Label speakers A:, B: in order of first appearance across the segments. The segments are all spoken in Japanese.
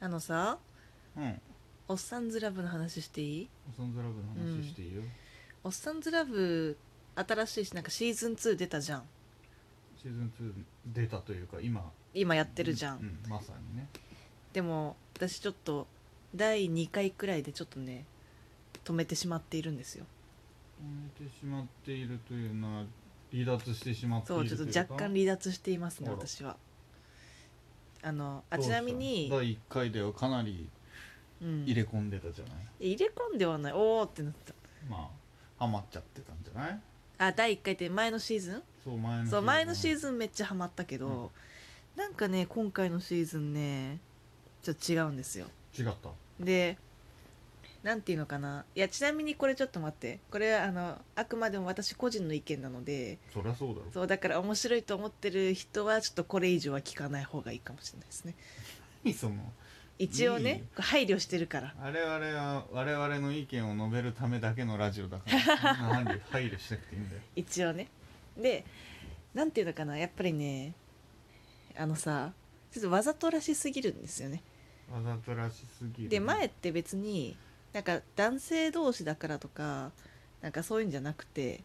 A: あのさ
B: うん
A: おっさんずラブの話していい
B: オサンズラブの話していいよ、
A: おっさんずラブ新しいしなんかシーズン2出たじゃん
B: シーズン2出たというか今
A: 今やってるじゃん、
B: ううまさにね
A: でも私ちょっと第2回くらいでちょっとね止めてしまっているんですよ
B: 止めてしまっているというのは離脱してしまってい
A: そう
B: る
A: ちょっ
B: い
A: と
B: うか
A: 若干離脱していますね
B: あら
A: 私はあのあ
B: どう
A: ち
B: した
A: なみに、
B: 第1回ではかなり
A: うん、
B: 入れ込んでたじゃない、
A: 入れ込んではないおおってなった
B: まあハマっちゃってたんじゃない
A: あ第1回って前のシーズン
B: そう前の
A: そう前のシー
B: ズ
A: ズンめっちゃハマったけど、なんかね今回のシーズンねちょっと違うんですよ
B: ン違った
A: でなんていうのかないやちなみにこれちょっと待ってこれはあのあくまでも私個人の意見なので
B: そりゃそうだろ
A: そうだから面白いと思ってる人はちょっとこれ以上は聞かない方がいいかもしれないですね
B: 何その
A: 一応
B: いい
A: ね
B: よ
A: 配慮してるから
B: 我々は我々の意見を述べるためだけのラジオだからそんな配慮配慮しなくていいんだよ
A: 一応ねでなんていうのかなやっぱりねあのさちょっとわざとらしすぎるんですよね
B: わざとらしすぎる
A: で前って別になんか男性同士だからとかなんかそういうんじゃなくて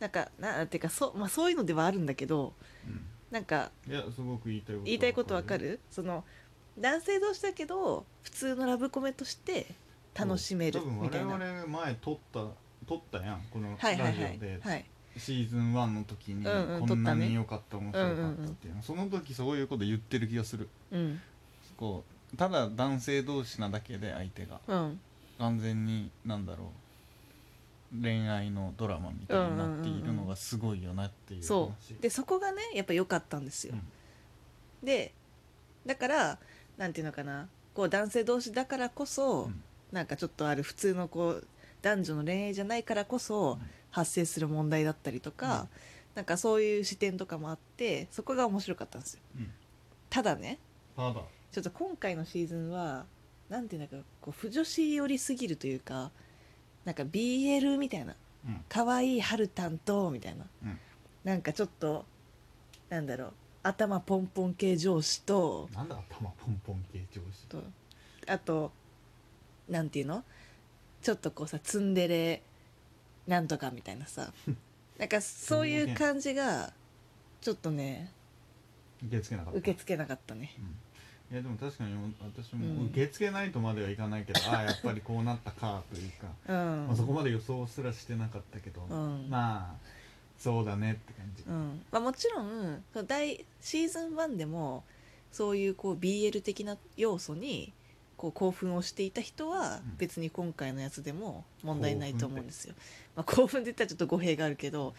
A: なんかなてかそ,、まあ、そういうのではあるんだけど
B: うん
A: なんか
B: いやすごく言いたいこと
A: 言いたいことわか
B: よ
A: るその男性同士だけど普通のラブコメとして楽しめる
B: 多分
A: みたいな。
B: 我々前撮った撮ったやんこの
A: はいは
B: ラ
A: い
B: ジ
A: は
B: オ
A: い
B: で
A: はい
B: シーズン1の時に
A: うんうん
B: こんな
A: 撮った
B: に
A: ね
B: 良かった面白かったっていうのその時そういうこと言ってる気がする
A: うん
B: こうただ男性同士なだけで相手が
A: うん
B: 完全になんだろう恋愛のドラマみたいになっているのがすごいよなっていう話
A: そうでそこがねやっぱ良かったんですよ、でだからなんていうのかなこう男性同士だからこそ、
B: うん
A: なんかちょっとある普通のこう男女の恋愛じゃないからこそ
B: うん
A: 発生する問題だったりとか、
B: うん
A: なんかそういう視点とかもあってそこが面白かったんですよ
B: うん
A: ただね
B: ただ
A: ちょっと今回のシーズンはなんていうんだかこう不女子寄りすぎるというかなんか BL みたいな
B: うん
A: 可愛い春担当みたいな、
B: うん
A: なんかちょっとなんだろう頭ポンポン系上司と
B: なんだ頭ポンポン系調子
A: とあとなんていうのちょっとこうさツンデレなんとかみたいな さなんかそういう感じがちょっとね
B: 受け付けなかった
A: 受け付けなかったね
B: いやでも確かに私
A: う
B: も
A: ん
B: 受け付けないとまではいかない けど、ああやっぱりこうなったかというか、
A: う
B: まあ、そこ
A: ん、
B: まで予想すらしてなかったけど、
A: うん
B: まあそうだねって感じ、
A: うんまあ、もちろんその第シーズン1でもそういうこう BL 的な要素にこう興奮をしていた人は
B: うん
A: 別に今回のやつでも問題ないと思うんですよ。まあ、興奮って言ったらちょっと語弊があるけど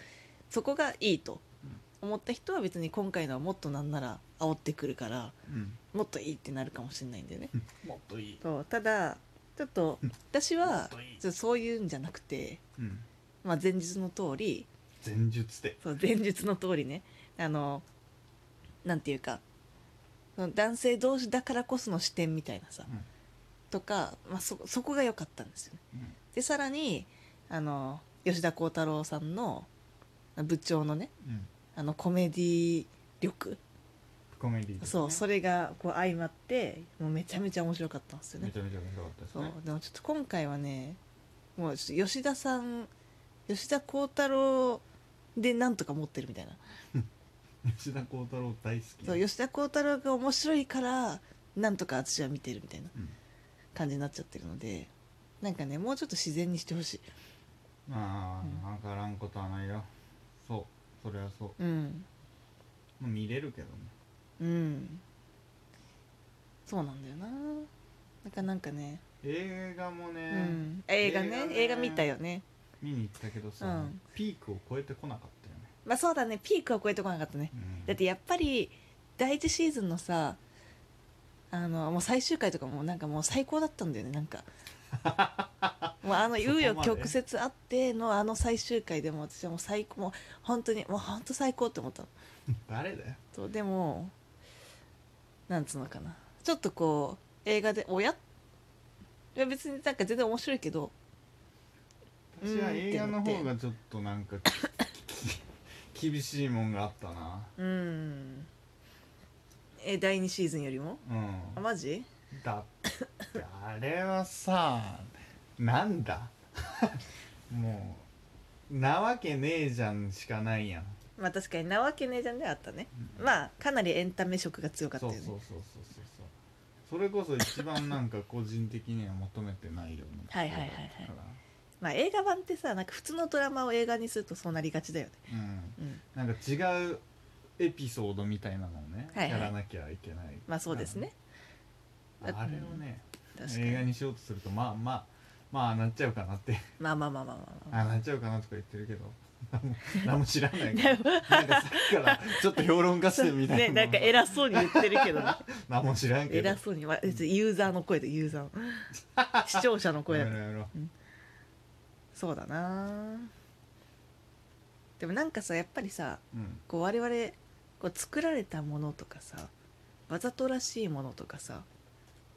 A: そこがいいと思った人は別に今回のはもっとなんなら煽ってくるから
B: うん
A: もっといいってなるかもしれないんだよね。
B: もっといい、
A: そうただちょっと私
B: もっ
A: は
B: といい
A: ちょっとそういうんじゃなくて、
B: うん、
A: まあ、前日の通り
B: 前述で
A: そう前述の通りねあのなんていうかその男性同士だからこその視点みたいなさ、
B: うん
A: とか、まあ、そそこが良かったんですよね。
B: うん
A: でさらにあの吉田鋼太郎さんの部長のね
B: うん
A: あのコメディ力、
B: コメディーですね
A: そうそれがこう相まってもうめちゃめちゃ面白かったんですよ
B: め
A: ね。
B: ちゃめちゃ面白かったです
A: そう
B: ね
A: でもちょっと今回はねもうちょっと吉田さん吉田鋼太郎でなんとか持ってるみたいな
B: 吉田鋼太郎大好き
A: そう吉田鋼太郎が面白いからなんとか私は見てるみたいな
B: うん
A: 感じになっちゃってるのでなんかねもうちょっと自然にしてほしい
B: ま
A: うん
B: あ分からんことはないよそうそれはそう
A: うん
B: まあ見れるけどね
A: うんそうなんだよななんかなんかね、
B: 映画もね、
A: うん、映画ね映画見たよね
B: 見に行ったけどさ、
A: うん
B: ピークを超えてこなかったよね
A: まあそうだねピークは超えてこなかったね
B: うん
A: だってやっぱり第一シーズンのさあのもう最終回とかもなんかもう最高だったんだよねなんかもうあの
B: そこまで
A: 紆余曲折あってのあの最終回でも私はもう最高もう本当にもう本当最高って思ったの
B: 誰だよ
A: とでもなんつうのかなちょっとこう映画で「おや?」いや別になんか全然面白いけど
B: 私は
A: うん
B: 映画の方がちょっとなんかきき厳しいもんがあったな
A: うんえ第二シーズンよりも
B: う
A: あ
B: ん
A: マジ
B: だったあれはさなんだもうなわけねえじゃんしかないやん
A: まあ確かになわけねえじゃんではあったね、まあかなりエンタメ色が強かった
B: そう
A: よ
B: そう
A: ね
B: そうそうそうそうそれこそ一番なんか個人的には求めてないような
A: はいはいはいはい
B: ところだったか
A: まあ映画版ってさなんか普通のドラマを映画にするとそうなりがちだよね
B: らうん
A: うん
B: なんか違うエピソードみたいなのをね、
A: はいはい
B: やらなきゃいけない
A: まあそうですね
B: ああれをね
A: 確か
B: 映画
A: に
B: にしようとするとまあまあまあああなっちゃうかなって
A: まあまあまあまあまあ、
B: あ
A: まあ
B: あなっちゃうかなとか言ってるけど 何も何も知らな いからなんかさっきからちょっと評論家してみたい
A: ね、
B: な
A: なんか偉そうに言ってるけ どね
B: 何も知らんけど
A: 偉そうに、まあ、別にユーザーの声でユーザーの 視聴者の声
B: や
A: だ
B: めろやめろ
A: そうだなでもなんかさやっぱりさ
B: うん
A: こう我々こう作られたものとかさわざとらしいものとかさ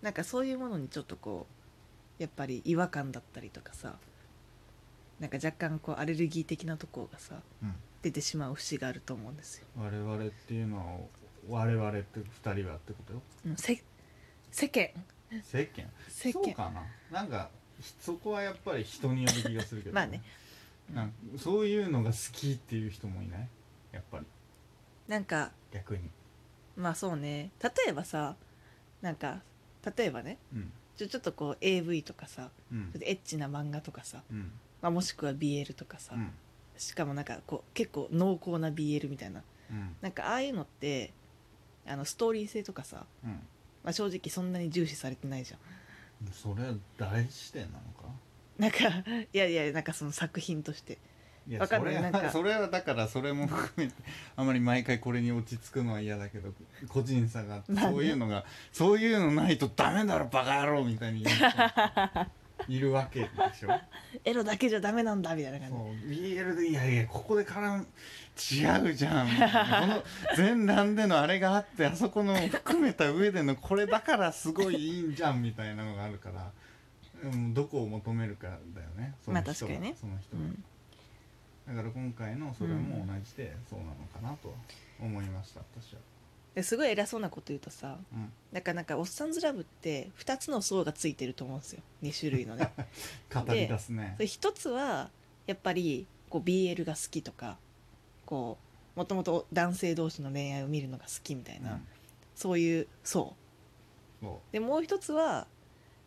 A: なんかそういうものにちょっとこうやっぱり違和感だったりとかさなんか若干こうアレルギー的なところがさ
B: うん
A: 出てしまう節があると思うんですよ。
B: 我々っていうのは我々って二人はってことよ
A: うん、せ世間
B: 世間
A: 世
B: そう
A: 間
B: かななんかそこはやっぱり人による気がするけど、
A: まあね
B: なんかそういうのが好きっていう人もいないやっぱり
A: なんか
B: 逆に
A: まあそうね例えばさなんか例えばね
B: うん
A: ちょちょっとこう AV とかさ
B: うん
A: エッチな漫画とかさ、
B: うん
A: まあ、もしくは BL とかさ、
B: うん
A: しかもなんかこう結構濃厚な BL みたいな
B: うん
A: なんかああいうのってあのストーリー性とかさ、
B: うん
A: まあ、正直そんなに重視されてないじゃん
B: それは誰視点なのか
A: なんかいやいやなんかその作品として
B: いや
A: わかん
B: そ
A: ない
B: れ
A: なんか
B: はそれはだからそれも含めてあまり毎回これに落ち着くのは嫌だけど個人差があって
A: まあね
B: そういうのがそういうのないとダメだろバカ野郎みたいに言う人いるわけでしょ
A: エロだけじゃダメなんだみたいな
B: そう
A: 感じ
B: BL でいやいやここで絡む違うじゃんみたいなこの前段でのあれがあってあそこの含めた上でのこれだからすごいいいんじゃんみたいなのがあるから、うん、どこを求めるかだよねその
A: まあ
B: 人が
A: 確かにね
B: その人
A: う
B: が、
A: ん
B: だから今回のそれも同じでそうなのかなと思いました私は、
A: ですごい偉そうなこと言うとさ
B: うん、
A: なんかなんか「おっさんずラブ」って2つの層がついてると思うんですよ2種類の ね
B: 語り出すね
A: それ1つはやっぱりこう BL が好きとかこうもともと男性同士の恋愛を見るのが好きみたいな、
B: うん
A: そういう層
B: そ
A: でもう一つは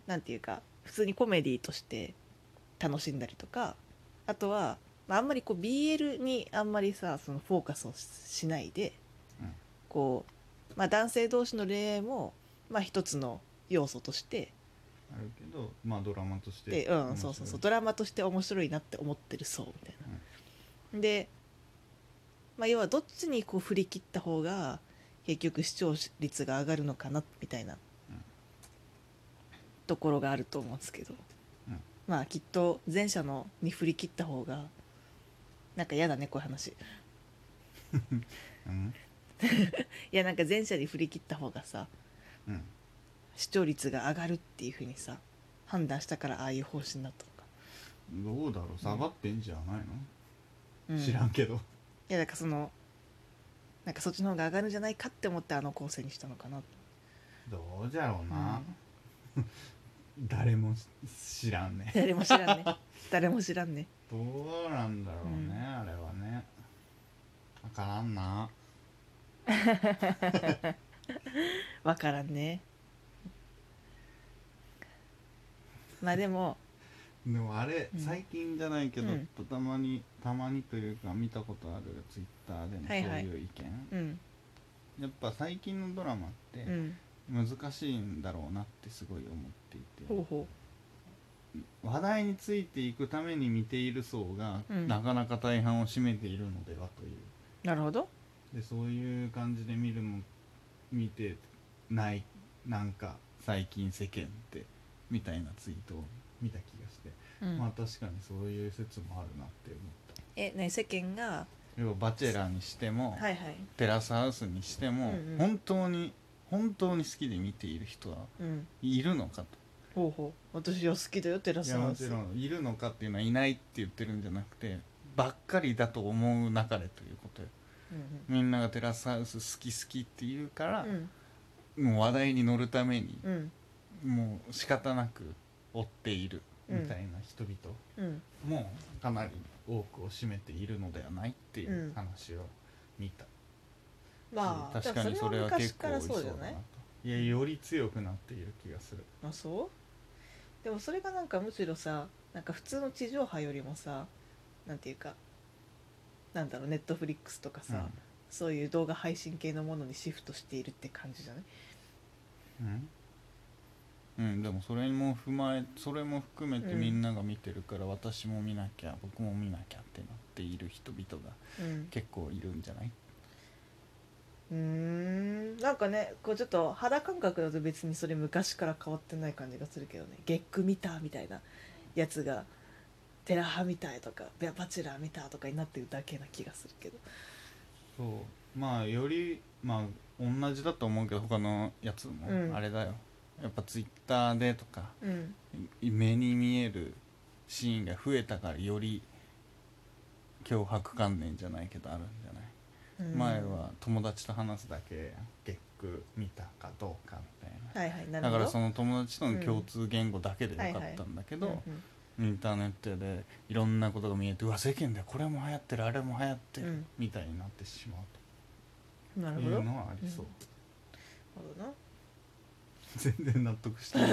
A: なんていうか普通にコメディとして楽しんだりとかあとは、まあ、あんまりこう BL にあんまりさそのフォーカスをししないで、
B: うん
A: こう、まあ、男性同士の恋愛も、まあ、一つの要素として
B: うあるけどまあドラマとして
A: で、うん、そうそうそうドラマとして面白いなって思ってる層みたいな。で、まあ、要はどっちにこう振り切った方が結局視聴率が上がるのかなみたいな
B: うん
A: ところがあると思うんですけど、
B: うん
A: まあきっと前者のに振り切った方がなんか嫌だねこういう話。い
B: うん
A: やなんか前者に振り切った方がさ
B: うん
A: 視聴率が上がるっていうふうにさ判断したからああいう方針だったのか。
B: どうだろう下がってんじゃないの、
A: うん
B: 知らんけど
A: いやだからそのなんかそっちの方が上がるんじゃないかって思ってあの構成にしたのかな
B: どうじゃろうな、誰も知らんね
A: 誰も知らん ね誰も知らんね
B: どうなんだろうね、
A: うん
B: あれはねわからんな
A: わからんねまあでも
B: でもあれ、
A: うん
B: 最近じゃないけど、
A: うん
B: たまにたまにというか見たことあるツイッターでの
A: はいはい
B: そういう意見、
A: うん
B: やっぱ最近のドラマっ
A: う
B: て
A: ん
B: 難しいんだろうなってすごい思っていて、
A: ほうほ
B: 話題についていくために見ている層が、
A: うん
B: なかなか大半を占めているのではという
A: うなるほど
B: でそういう感じで見るの見てないなんか最近世間ってみたいなツイートを見た気がして、
A: うん
B: まあ確かにそういう説もあるなって思った
A: え何世間が
B: 要はバチェラーにしても、
A: はいはい
B: テラスハウスにしても、
A: うんうん
B: 本当に本当に好きで見ている人は
A: うん
B: いるのかと
A: ほうほう私は好きだよテラ
B: い
A: ス
B: や
A: ハ
B: も
A: ウス
B: ちろんいるのかっていうのはいないって言ってるんじゃなくてばっかりだと思う流れということよ
A: うん
B: みんながテラスハウス好き好きって言うから
A: う、ん
B: もう話題に乗るために
A: うん
B: もう仕方なく追っているみたいな人々
A: うん
B: もかなり多くを占めているのではないっていう話を見た、
A: まあ
B: 確かにそれは
A: 昔
B: 結構
A: か
B: 多
A: ら
B: い
A: そ
B: そう
A: う
B: だ
A: じ
B: な
A: ゃ
B: と
A: ない
B: いやより強くなっている気がする
A: あそうでもそれがなんかむしろさなんか普通の地上波よりもさなんていうかなんだろうネットフリックスとかさ、そういう動画配信系のものにシフトしているって感じじゃない
B: うん、うん、でもそれも踏まえそれも含めて
A: うん
B: みんなが見てるから、私も見なきゃ僕も見なきゃってなっている人々が
A: うん
B: 結構いるんじゃないう
A: ーんなんかねこうちょっと肌感覚だと別にそれ昔から変わってない感じがするけどね「ゲック見た」みたいなやつが「テラハ見た」とか「ベアバチェラー見た」とかになってるだけな気がするけど
B: そうまあよりまあ同じだと思うけど他のやつも、
A: うん
B: あれだよやっぱツイッターでとか
A: うん
B: い目に見えるシーンが増えたからより脅迫観念じゃないけどあるんじゃない、
A: うん
B: 前は友達と話すだけ結局見たかどうかみたい
A: は
B: な
A: いはいなる
B: だ
A: ほ
B: か
A: ど
B: らその友達との共通言語だけでよかったんだけど、
A: うんうん
B: インターネットでいろんなことが見えてうわ世間でこれも流行ってるあれも流行ってる、
A: うん
B: みたいになってしまう
A: な
B: と
A: る
B: い
A: ほど
B: うのはありそう、
A: うんなるほどな
B: 全然納得してな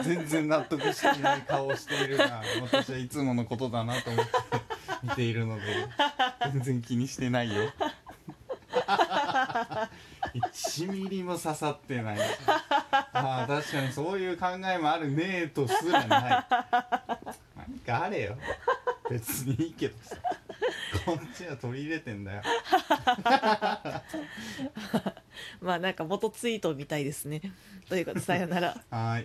B: い全然納得していない顔をしているが私はいつものことだなと思って見ているので全然気にしてないよ1ミリも刺さってないああ確かにそういう考えもあるねえとすらない何かあれよ別にいいけどさこっちは取り入れてんだよ
A: まあなんか元ツイートみたいですねということでさよなら
B: はーい